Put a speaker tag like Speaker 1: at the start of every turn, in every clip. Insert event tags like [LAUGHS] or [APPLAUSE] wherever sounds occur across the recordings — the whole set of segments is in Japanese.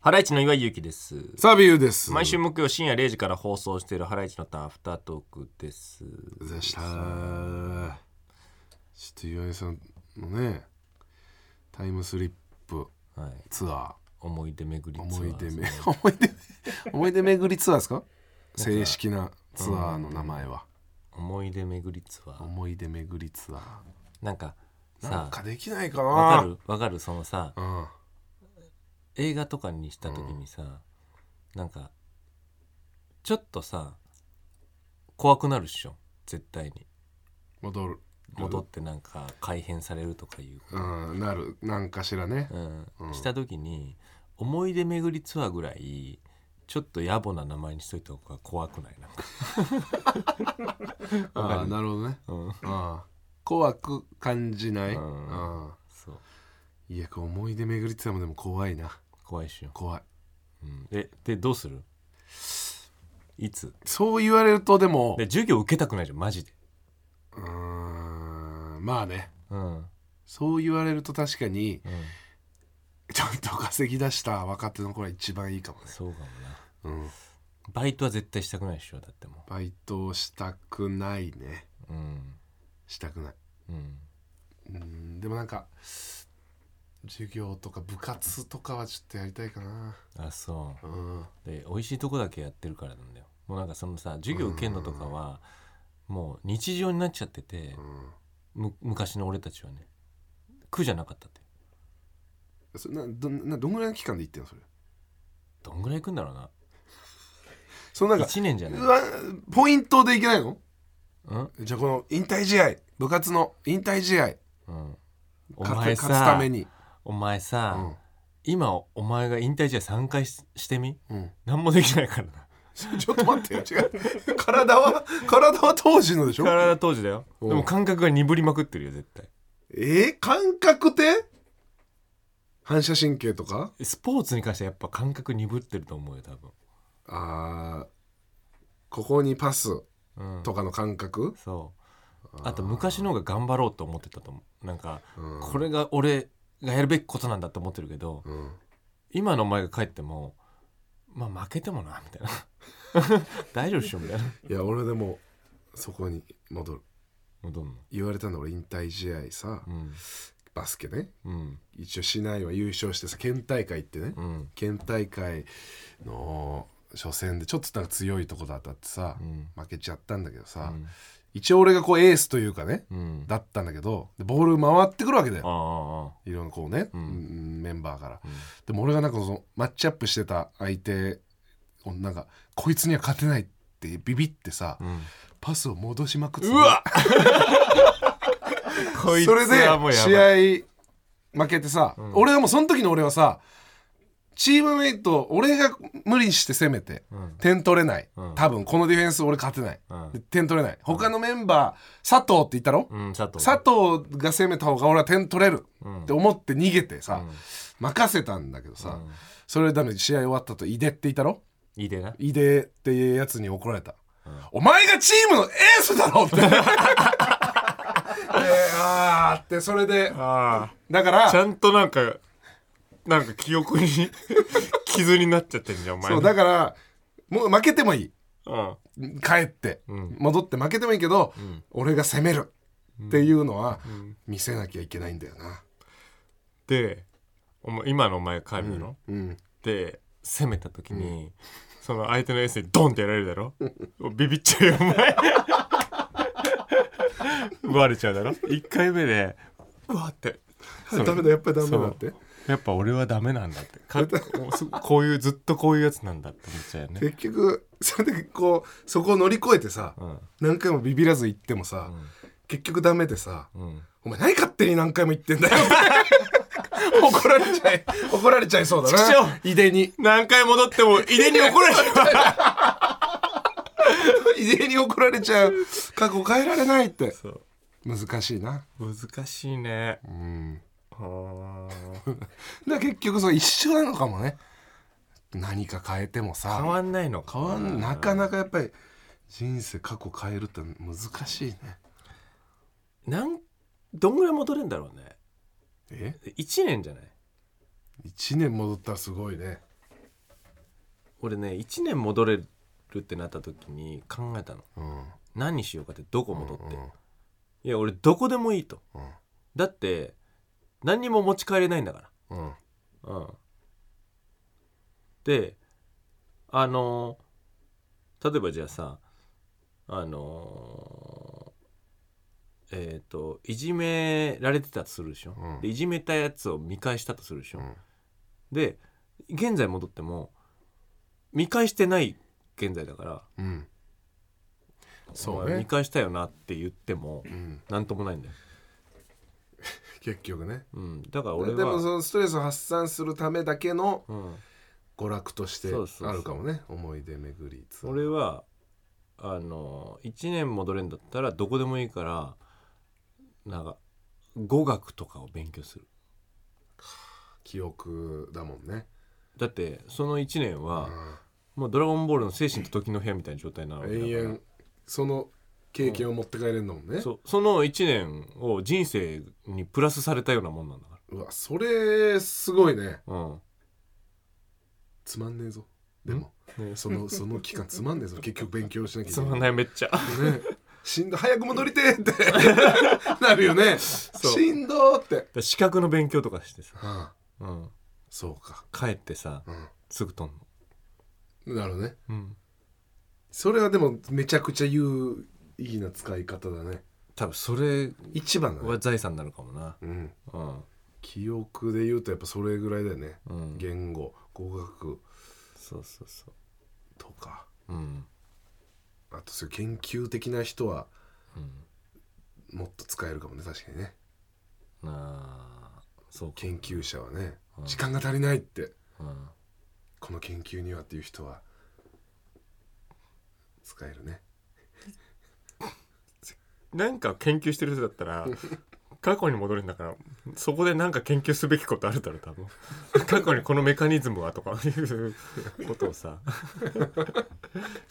Speaker 1: ハライチの岩井ゆきです。
Speaker 2: サビューです。
Speaker 1: 毎週木曜深夜0時から放送しているハライチのターンアフタートークです。
Speaker 2: でした。ちょっと岩井さんのね、タイムスリップ
Speaker 1: はい。
Speaker 2: ツア
Speaker 1: 思い出巡り
Speaker 2: ー、
Speaker 1: ツアー
Speaker 2: 思い出め、 [LAUGHS] 思い出、思い出巡りツアーですか正式なツアーの名前は。
Speaker 1: 思い出巡りツアー。
Speaker 2: 思い出巡りツアー。
Speaker 1: なんか
Speaker 2: な
Speaker 1: さ
Speaker 2: ん、かできないかな
Speaker 1: わかるわかるそのさ、
Speaker 2: うん。
Speaker 1: 映画とかにした時にさ、なんか、ちょっとさ、怖くなるっしょ。絶対に。
Speaker 2: 戻る。
Speaker 1: 戻ってなんか改変されるとかいう。
Speaker 2: うん、なる。なんかしらね。
Speaker 1: うん、した時に思い出巡りツアーぐらいちょっと野暮な名前にしといた方が怖くないなんか、
Speaker 2: ああー、なるほどね。
Speaker 1: うん、
Speaker 2: あー怖く感じない。
Speaker 1: うん
Speaker 2: うん
Speaker 1: そう
Speaker 2: いや、こう思い出巡りツアーもでも怖いな。
Speaker 1: 怖いっしょ、
Speaker 2: 怖い。
Speaker 1: うん、えでどうするいつ
Speaker 2: そう言われるとでも
Speaker 1: で授業受けたくないじゃんマジで、
Speaker 2: うーんまあね
Speaker 1: うんうん、
Speaker 2: そう言われると確かにちゃんと稼ぎ出した若手の頃は一番いいかもね、
Speaker 1: そうかもな
Speaker 2: うん、
Speaker 1: バイトは絶対したくないっしょだっても
Speaker 2: バイトをしたくないね
Speaker 1: ううん
Speaker 2: したくない
Speaker 1: うん
Speaker 2: うんでもなんか授業とか部活とかはちょっとやりたいかな
Speaker 1: あそう
Speaker 2: うん
Speaker 1: で美味しいとこだけやってるからなんだよもうなんかそのさ授業受けんのとかはもう日常になっちゃってて、
Speaker 2: うん
Speaker 1: む昔の俺たちはね苦じゃなかったって
Speaker 2: それなどなどんぐらいの期間で行ってんのそれ
Speaker 1: どんぐらい行くんだろうな
Speaker 2: そのなんか
Speaker 1: 1年じゃないう
Speaker 2: わポイントでいけないの
Speaker 1: うん、
Speaker 2: じゃあこの引退試合部活の引退試合
Speaker 1: うん、お
Speaker 2: 勝つ
Speaker 1: 前
Speaker 2: 勝つた
Speaker 1: さ
Speaker 2: めに
Speaker 1: お前さ、
Speaker 2: うん
Speaker 1: 今お前が引退試合3回ししてみ
Speaker 2: うん
Speaker 1: 何もできないからな
Speaker 2: [LAUGHS] ちょっと待ってよ違う体は体は当時のでしょ
Speaker 1: 体当時だよで
Speaker 2: うん
Speaker 1: も感覚が鈍りまくってるよ絶対
Speaker 2: えー、感覚って反射神経とか
Speaker 1: スポーツに関してはやっぱ感覚鈍ってると思うよ多分
Speaker 2: あーここにパス
Speaker 1: うん
Speaker 2: とかの感覚、
Speaker 1: そうあと昔の方が頑張ろうと思ってたと思うなんか、
Speaker 2: うん
Speaker 1: これが俺がやるべきことなんだと思ってるけど、
Speaker 2: うん、
Speaker 1: 今のお前が帰ってもまあ負けてもなみたいな [LAUGHS] 大丈夫っしょみたいない
Speaker 2: や俺でもそこに戻る
Speaker 1: 戻んの
Speaker 2: 言われたの俺引退試合さ、
Speaker 1: うん
Speaker 2: バスケね
Speaker 1: うん
Speaker 2: 一応市内は優勝してさ県大会行ってね、
Speaker 1: うん
Speaker 2: 県大会の初戦でちょっとなんか強いとこだったってさ、
Speaker 1: うん
Speaker 2: 負けちゃったんだけどさ、
Speaker 1: うん
Speaker 2: 一応俺がこうエースというかね、
Speaker 1: うん
Speaker 2: だったんだけどでボール回ってくるわけ
Speaker 1: あ
Speaker 2: だよ
Speaker 1: あ
Speaker 2: いろんなこうね、
Speaker 1: うん
Speaker 2: うんメンバーから、
Speaker 1: ん
Speaker 2: でも俺がなんかそのマッチアップしてた相手をなんかこいつには勝てないってビビってさ、
Speaker 1: ああうん
Speaker 2: パスを戻しまくって
Speaker 1: うわこいつ
Speaker 2: それで
Speaker 1: はもうやばい
Speaker 2: 試合負けてさ、
Speaker 1: ん
Speaker 2: 俺はもうその時の俺はさチームメイト俺が無理して攻めて、
Speaker 1: うん
Speaker 2: 点取れない、
Speaker 1: うん
Speaker 2: 多分このディフェンス俺勝てない、
Speaker 1: うん
Speaker 2: で点取れない他のメンバー佐藤って言ったろ、
Speaker 1: うん佐藤
Speaker 2: 佐藤が攻めた方が俺は点取れる
Speaker 1: うん
Speaker 2: って思って逃げてさ、
Speaker 1: うん
Speaker 2: 任せたんだけどさ、
Speaker 1: うん
Speaker 2: それダメ試合終わったと井出っていたろ
Speaker 1: いいでな
Speaker 2: 井出っていうやつに怒られた、お前がチームのエースだ
Speaker 1: [LAUGHS]
Speaker 2: ろってであーってそれで
Speaker 1: あ
Speaker 2: だから
Speaker 1: ちゃんとなんかなんか記憶に [LAUGHS] 傷になっちゃってんじゃんお前
Speaker 2: そうだからもう負けてもいい
Speaker 1: うん
Speaker 2: 帰って、
Speaker 1: うん
Speaker 2: 戻って負けてもいいけど、俺が攻めるっていうのは見せなきゃいけないんだよな
Speaker 1: でお前今のお前帰るの
Speaker 2: うん
Speaker 1: で攻めた時に、その相手のエースにドンってやられるだ
Speaker 2: [LAUGHS]
Speaker 1: ろビビっちゃうよお前 [LAUGHS] 奪われちゃうだろ1回目でうわってそう
Speaker 2: ダメだやっぱりダメだって
Speaker 1: やっぱ俺はダメなんだってか [LAUGHS] もうすこういうずっとこういうやつなんだって思っちゃう [LAUGHS] よね、
Speaker 2: 結局それでこうそこを乗り越えてさ、
Speaker 1: うん
Speaker 2: 何回もビビらず行ってもさ、結局ダメでさ、
Speaker 1: うん、
Speaker 2: お前何勝手に何回も言ってんだよ [LAUGHS] って怒られちゃい怒られちゃいそうだな井出に
Speaker 1: 何回戻っても遺伝に怒られちゃう
Speaker 2: 井出に怒られちゃう過去変えられないって
Speaker 1: [LAUGHS] そう
Speaker 2: 難しいな
Speaker 1: 難しいね
Speaker 2: うん
Speaker 1: あ [LAUGHS] ー
Speaker 2: だから結局そう一緒なのかもね何か変えてもさ
Speaker 1: 変わんないの
Speaker 2: 変わんなかなかやっぱり人生過去変えるって難しいね
Speaker 1: なんどんぐらい戻れんだろうね
Speaker 2: え
Speaker 1: 1年じゃない
Speaker 2: 1年戻ったらすごいね
Speaker 1: 俺ね1年戻れるってなった時に考えたの
Speaker 2: うん
Speaker 1: 何にしようかってどこ戻って、
Speaker 2: うん
Speaker 1: いや俺どこでもいいと
Speaker 2: うん
Speaker 1: だって何にも持ち帰れないんだか
Speaker 2: うん
Speaker 1: らうんであのー例えばじゃあさあのーえっ、といじめられてたとするでしょ、
Speaker 2: うん
Speaker 1: でいじめたやつを見返したとするでしょ、
Speaker 2: うん
Speaker 1: で現在戻っても見返してない現在だから
Speaker 2: うんそ
Speaker 1: お
Speaker 2: う
Speaker 1: 前
Speaker 2: ね
Speaker 1: 見返したよなって言っても
Speaker 2: うん
Speaker 1: 何ともないんだよ、
Speaker 2: 結局ね
Speaker 1: うん、だから
Speaker 2: で
Speaker 1: 俺は
Speaker 2: もそのストレスを発散するためだけの
Speaker 1: うん、
Speaker 2: 娯楽として
Speaker 1: そうそうそう
Speaker 2: あるかもね思い出巡りつ
Speaker 1: 俺はあの1年戻れんだったらどこでもいいからなんか語学とかを勉強する
Speaker 2: 記憶だもんね
Speaker 1: だってその1年は、
Speaker 2: う
Speaker 1: もう「ドラゴンボール」の精神と時の部屋みたいな状態なの
Speaker 2: ん永遠その経験を持って帰れるんだもんね
Speaker 1: そうその1年を人生にプラスされたようなもんなんだか
Speaker 2: うわそれすごいね
Speaker 1: ら、うん
Speaker 2: つまんねえぞでも
Speaker 1: ね、
Speaker 2: そのその期間つまんねえぞ結局勉強しなきゃい
Speaker 1: つ
Speaker 2: け
Speaker 1: ま
Speaker 2: なんい
Speaker 1: ないめっちゃ
Speaker 2: ねしんど早く戻りてえって
Speaker 1: [LAUGHS]
Speaker 2: なるよね
Speaker 1: う
Speaker 2: しんどーって、
Speaker 1: 資格の勉強とかしてさ、
Speaker 2: はあ、
Speaker 1: うん、
Speaker 2: そうか、
Speaker 1: 帰ってさ
Speaker 2: う
Speaker 1: すぐ取んの、
Speaker 2: ん、なるほどね
Speaker 1: うん、
Speaker 2: それはでもめちゃくちゃ有意義な使い方だね
Speaker 1: 多分それ
Speaker 2: 一番だね
Speaker 1: は財産になるかもな
Speaker 2: うん
Speaker 1: うん、
Speaker 2: 記憶で言うとやっぱそれぐらいだよね、
Speaker 1: うん、
Speaker 2: 言語語学
Speaker 1: そうそうそ
Speaker 2: とか
Speaker 1: ううん、
Speaker 2: あとそういう研究的な人は
Speaker 1: うん、
Speaker 2: もっと使えるかもね確かにね
Speaker 1: あーそうか、
Speaker 2: 研究者はね、
Speaker 1: うん
Speaker 2: 時間が足りないって
Speaker 1: うん、
Speaker 2: この研究にはっていう人は使えるね
Speaker 1: なんか研究してる人だった [LAUGHS] ら過去に戻るんだからそこでなんか研究すべきことあるだろう多分過去にこのメカニズムはとかいうことをさ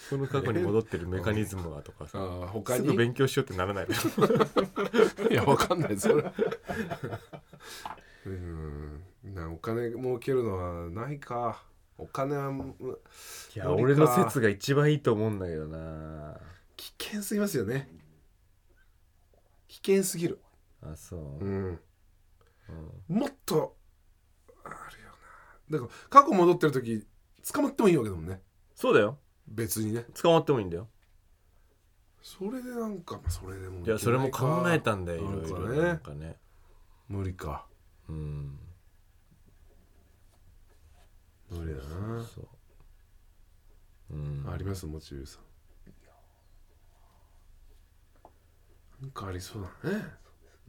Speaker 1: この過去に戻ってるメカニズムはとかさ
Speaker 2: ああ他
Speaker 1: すぐ勉強しようってならないの
Speaker 2: いやわかんないそれ [LAUGHS] うんなお金儲けるのはないかお金はむ
Speaker 1: い
Speaker 2: 無
Speaker 1: や
Speaker 2: 理か
Speaker 1: 俺の説が一番いいと思うんだけどな
Speaker 2: 危険すぎますよね危険すぎる
Speaker 1: あそう、
Speaker 2: うん
Speaker 1: うん
Speaker 2: もっとあるよなだから過去戻ってる時捕まってもいいわけだもんね
Speaker 1: そうだよ
Speaker 2: 別にね
Speaker 1: 捕まってもいいんだよ
Speaker 2: それでなんかまあそれでも
Speaker 1: いやそれも考えたんだよい
Speaker 2: なんかね
Speaker 1: ろいろなんかね
Speaker 2: 無理か
Speaker 1: うん
Speaker 2: 無理だな
Speaker 1: そううん
Speaker 2: ありますモチベさんなんかありそうだね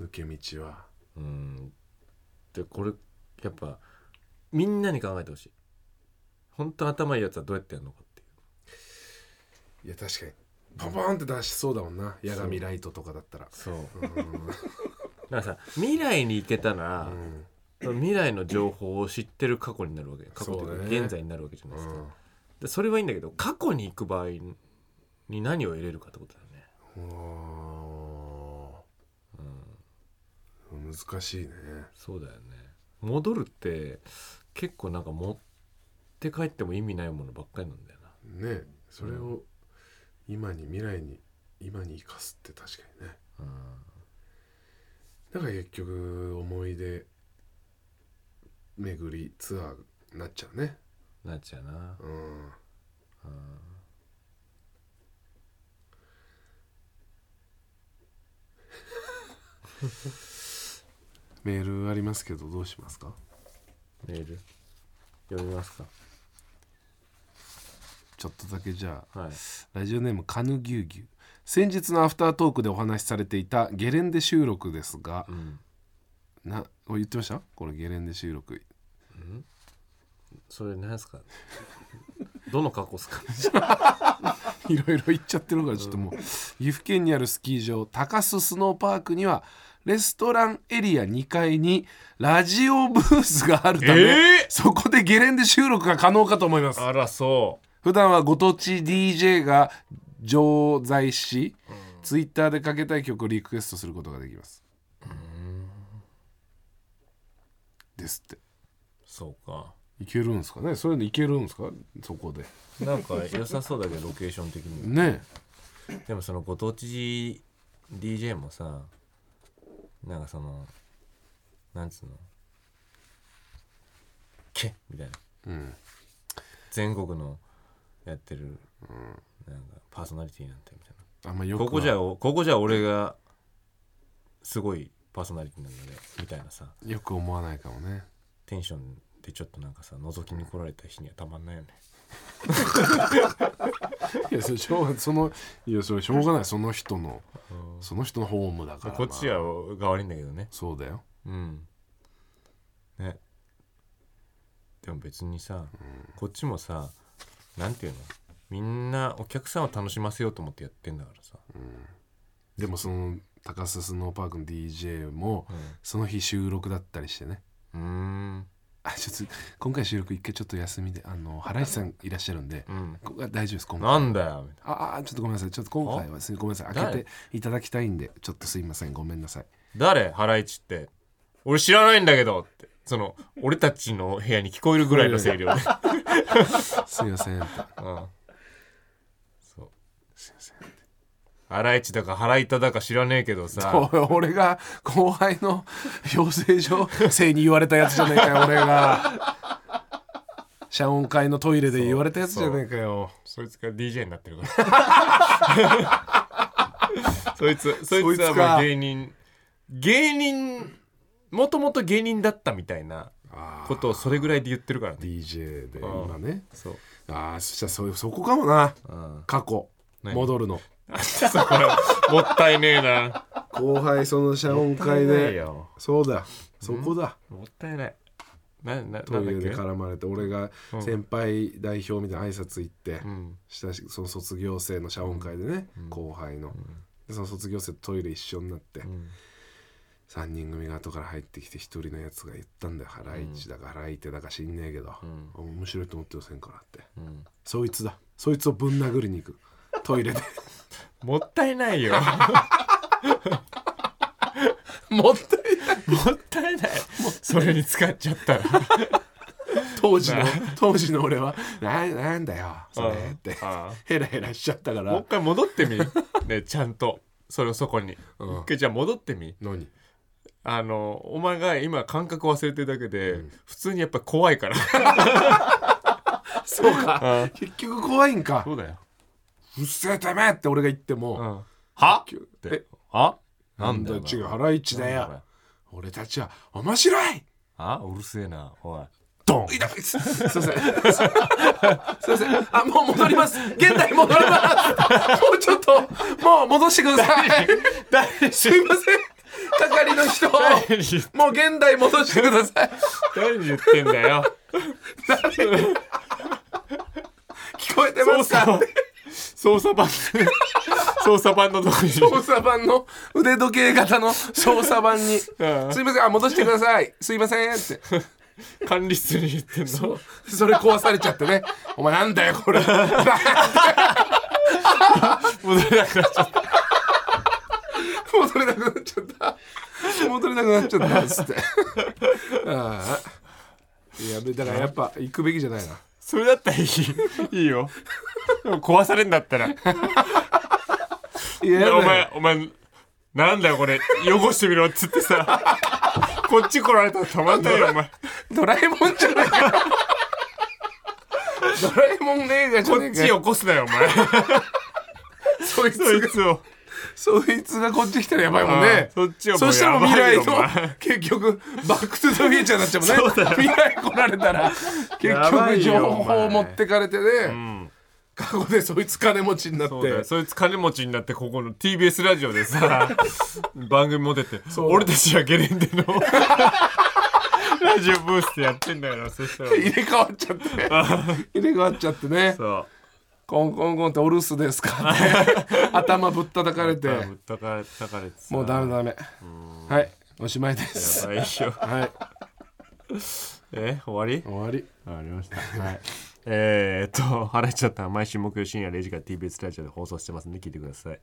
Speaker 2: 抜け道は
Speaker 1: うんでこれやっぱみんなに考えてほしい本当頭いいやつはどうやってやるのかっていう
Speaker 2: いや確かにババーンって出しそうだもんな矢神ライトとかだったら
Speaker 1: そう
Speaker 2: うん
Speaker 1: なんかさ未来に行けたら
Speaker 2: う、ん
Speaker 1: その未来の情報を知ってる過去になるわけ過去という
Speaker 2: そ
Speaker 1: か
Speaker 2: うね
Speaker 1: 現在になるわけじゃないですか、
Speaker 2: うん
Speaker 1: でそれはいいんだけど過去に行く場合に何を得れるかってことだよね
Speaker 2: おー難しいね
Speaker 1: そうだよね戻るって結構なんか持って帰っても意味ないものばっかりなんだよな
Speaker 2: ねそれを今に未来に今に生かすって確かにねだから結局思い出巡りツアーになっちゃうね
Speaker 1: なっちゃうな
Speaker 2: うんメールありますけどどうしますか
Speaker 1: メール読みますか
Speaker 2: ちょっとだけじゃあ
Speaker 1: はい
Speaker 2: ラジオネームカヌギュウギュウ先日のアフタートークでお話しされていたゲレンデ収録ですが
Speaker 1: うん、
Speaker 2: なこれ言ってましたこれゲレンデ収録
Speaker 1: それ何ですかどの格好ですか
Speaker 2: いろいろ行っちゃってるからちょっともう岐阜県にあるスキー場高須スノーパークにはレストランエリア2階にラジオブースがあるため、
Speaker 1: えー
Speaker 2: そこでゲレンデ収録が可能かと思います
Speaker 1: あらそ
Speaker 2: 普段はご当地 DJ が常在し、ツイッターでかけたい曲をリクエストすることができますですって
Speaker 1: うそうか
Speaker 2: いけるんですかねそういうのいけるんですかそこで
Speaker 1: なんか良さそうだけどロケーション的に
Speaker 2: ね
Speaker 1: でもそのご当地 DJ もさなんかそのなんつうのけみたいな
Speaker 2: えうん
Speaker 1: 全国のやってる、なんかパーソナリティなんてみたい
Speaker 2: あんま
Speaker 1: な
Speaker 2: よくは
Speaker 1: ここじゃここじゃ俺がすごいパーソナリティなんだねみたいなさ
Speaker 2: よく思わないかもね
Speaker 1: テンションでちょっとなんかさ覗きに来られた日にはたまんないよね
Speaker 2: いやそれしょうがそのいやそれしょうがないその人のその人のホームだから、
Speaker 1: こっち
Speaker 2: まあ
Speaker 1: はが悪いんだけどね
Speaker 2: そうだよ
Speaker 1: うんねでも別にさ、こっちもさなんていうのみんなお客さんを楽しませようと思ってやってんだからさ、
Speaker 2: でもその高須スノーパークの DJ も、その日収録だったりしてね
Speaker 1: うん
Speaker 2: あちょっと今回収録一回ちょっと休みであの原石さんいらっしゃるんで、
Speaker 1: うん
Speaker 2: ここは大丈夫です今回
Speaker 1: なんだよみたい
Speaker 2: ああちょっとごめんなさいちょっと今回はすごめんなさい開けていただきたいんでちょっとすいませんごめんなさい
Speaker 1: な誰ハライチって俺知らないんだけどってその俺たちの部屋に聞こえるぐらいの声量で、
Speaker 2: すいませんって
Speaker 1: うん、そう
Speaker 2: すいません
Speaker 1: ハライチだかハライタだか知らねえけど
Speaker 2: [LAUGHS]
Speaker 1: さ
Speaker 2: おい俺が後輩の養成所生に言われたやつじゃねえか
Speaker 1: [LAUGHS]
Speaker 2: よ俺が謝恩会のトイレで言われたやつじゃねえかよ
Speaker 1: そいつが DJ になってるから [LAUGHS] そいつそいつ
Speaker 2: そいつか
Speaker 1: はもう芸人芸人もともと芸人だったみたいな
Speaker 2: あー
Speaker 1: ことをそれぐらいで言ってるからね
Speaker 2: DJ で今ね
Speaker 1: そう
Speaker 2: ああそしたらそうそこかもな
Speaker 1: うん
Speaker 2: 過去
Speaker 1: 何
Speaker 2: 戻るの
Speaker 1: そこはもったいねえな
Speaker 2: 後輩その謝恩会
Speaker 1: もったいない
Speaker 2: で
Speaker 1: よ
Speaker 2: そうだそこだ
Speaker 1: もったいないなななんだ
Speaker 2: ト
Speaker 1: っ
Speaker 2: イレで
Speaker 1: け
Speaker 2: 絡まれて俺が先輩代表みたいな挨拶行って、
Speaker 1: うん
Speaker 2: したしその卒業生の謝恩会でね、後輩の、でその卒業生とトイレ一緒になって、
Speaker 1: ん
Speaker 2: 3人組が後から入ってきて一人のやつが言ったんだよ「ハライチだかハライテだか知んねえけど、あ面白いと思ってませんから」って、
Speaker 1: ん
Speaker 2: そいつだそいつをぶん殴りに行くト
Speaker 1: [LAUGHS]
Speaker 2: イレで
Speaker 1: もったいないよ
Speaker 2: [LAUGHS] もったいない
Speaker 1: もったいないそれに使っちゃったら
Speaker 2: 当時の当時の俺は「ななんだよ [LAUGHS] それ」って
Speaker 1: ああ
Speaker 2: ヘラヘラしちゃったか
Speaker 1: もう一
Speaker 2: ら
Speaker 1: 回戻ってみねちゃんとそれをそこに、
Speaker 2: うん
Speaker 1: 一回じゃあ戻ってみ
Speaker 2: 何
Speaker 1: あのお前が今感覚忘れてるだけで、普通にやっぱ怖いから
Speaker 2: そうか結局怖いんか
Speaker 1: そうだよ、
Speaker 2: 「うっせえてめえ!」って俺が言って
Speaker 1: う
Speaker 2: も
Speaker 1: ん、はっ
Speaker 2: 「え
Speaker 1: てあ
Speaker 2: な
Speaker 1: なんん
Speaker 2: だ
Speaker 1: だ
Speaker 2: よ
Speaker 1: よ
Speaker 2: 違うハライチだ
Speaker 1: なんだ
Speaker 2: よ
Speaker 1: よ
Speaker 2: 俺たちは面白い
Speaker 1: あうるせえなおい
Speaker 2: ドンいたすすいませんすいませんあもう戻ります現代戻りますもうちょっともう戻してください
Speaker 1: 誰
Speaker 2: すいません係の人を
Speaker 1: 誰に
Speaker 2: もう現代戻してください
Speaker 1: 誰に言ってんだよ
Speaker 2: 聞こえてますか
Speaker 1: 操作盤操作盤のとこに
Speaker 2: 操作版の腕時計型の操作版にすいませんあ戻してくださいすいませんって
Speaker 1: 管理室に言ってんの
Speaker 2: それ壊されちゃってねお前なんだよこれ
Speaker 1: 戻れなくなっちゃっ
Speaker 2: 戻れなくなっちゃった戻れなくなっちゃったっつって
Speaker 1: [LAUGHS]
Speaker 2: ああいやべだからやっぱ行くべきじゃないな
Speaker 1: それだったらいいいいよでも壊されんだったら
Speaker 2: いや
Speaker 1: で
Speaker 2: や
Speaker 1: お
Speaker 2: だよ
Speaker 1: 前お前なんだよこれ汚してみろっつってさこっち来られたらたまんないよお前
Speaker 2: ドラえもんじゃないかドラえもん映画じゃ
Speaker 1: こ
Speaker 2: ねえ
Speaker 1: っ
Speaker 2: か
Speaker 1: ち
Speaker 2: よ
Speaker 1: 起こすなよお前
Speaker 2: そいつ
Speaker 1: そい
Speaker 2: が
Speaker 1: つを
Speaker 2: そいつがこっち来たらやばいもん
Speaker 1: ああ
Speaker 2: ね
Speaker 1: そっちはもう
Speaker 2: そしたらもう未
Speaker 1: やばい
Speaker 2: 来
Speaker 1: よ
Speaker 2: の
Speaker 1: お前
Speaker 2: 結局バックトゥザフューチャーになっちゃうもんね未来来られたら結
Speaker 1: やば
Speaker 2: 局
Speaker 1: いよ
Speaker 2: 情
Speaker 1: お
Speaker 2: 報を
Speaker 1: 前
Speaker 2: 持ってかれてね、過去でそいつ金持ちになっ
Speaker 1: そうだ
Speaker 2: て
Speaker 1: よそいつ金持ちになってここの TBS ラジオで
Speaker 2: [LAUGHS]
Speaker 1: さ番組持ってて
Speaker 2: そう
Speaker 1: 俺たちはゲレンデの [LAUGHS] ラジオブースでやってんだよなそしたら
Speaker 2: [LAUGHS] 入れ替わっちゃって
Speaker 1: [LAUGHS]
Speaker 2: 入れ替わっちゃってね
Speaker 1: そう
Speaker 2: コンコンコンってお留守ですか
Speaker 1: [LAUGHS]
Speaker 2: って頭ぶったたかれて
Speaker 1: ぶったかれたかれてさ
Speaker 2: もうダメダメはいおしまいです
Speaker 1: やばいよ
Speaker 2: はい
Speaker 1: え終わり
Speaker 2: 終わり
Speaker 1: ありました
Speaker 2: はい
Speaker 1: [LAUGHS] えー、っと、ハライチだったら毎週木曜深夜0時から TBS ラジオで放送してますんで聞いてください。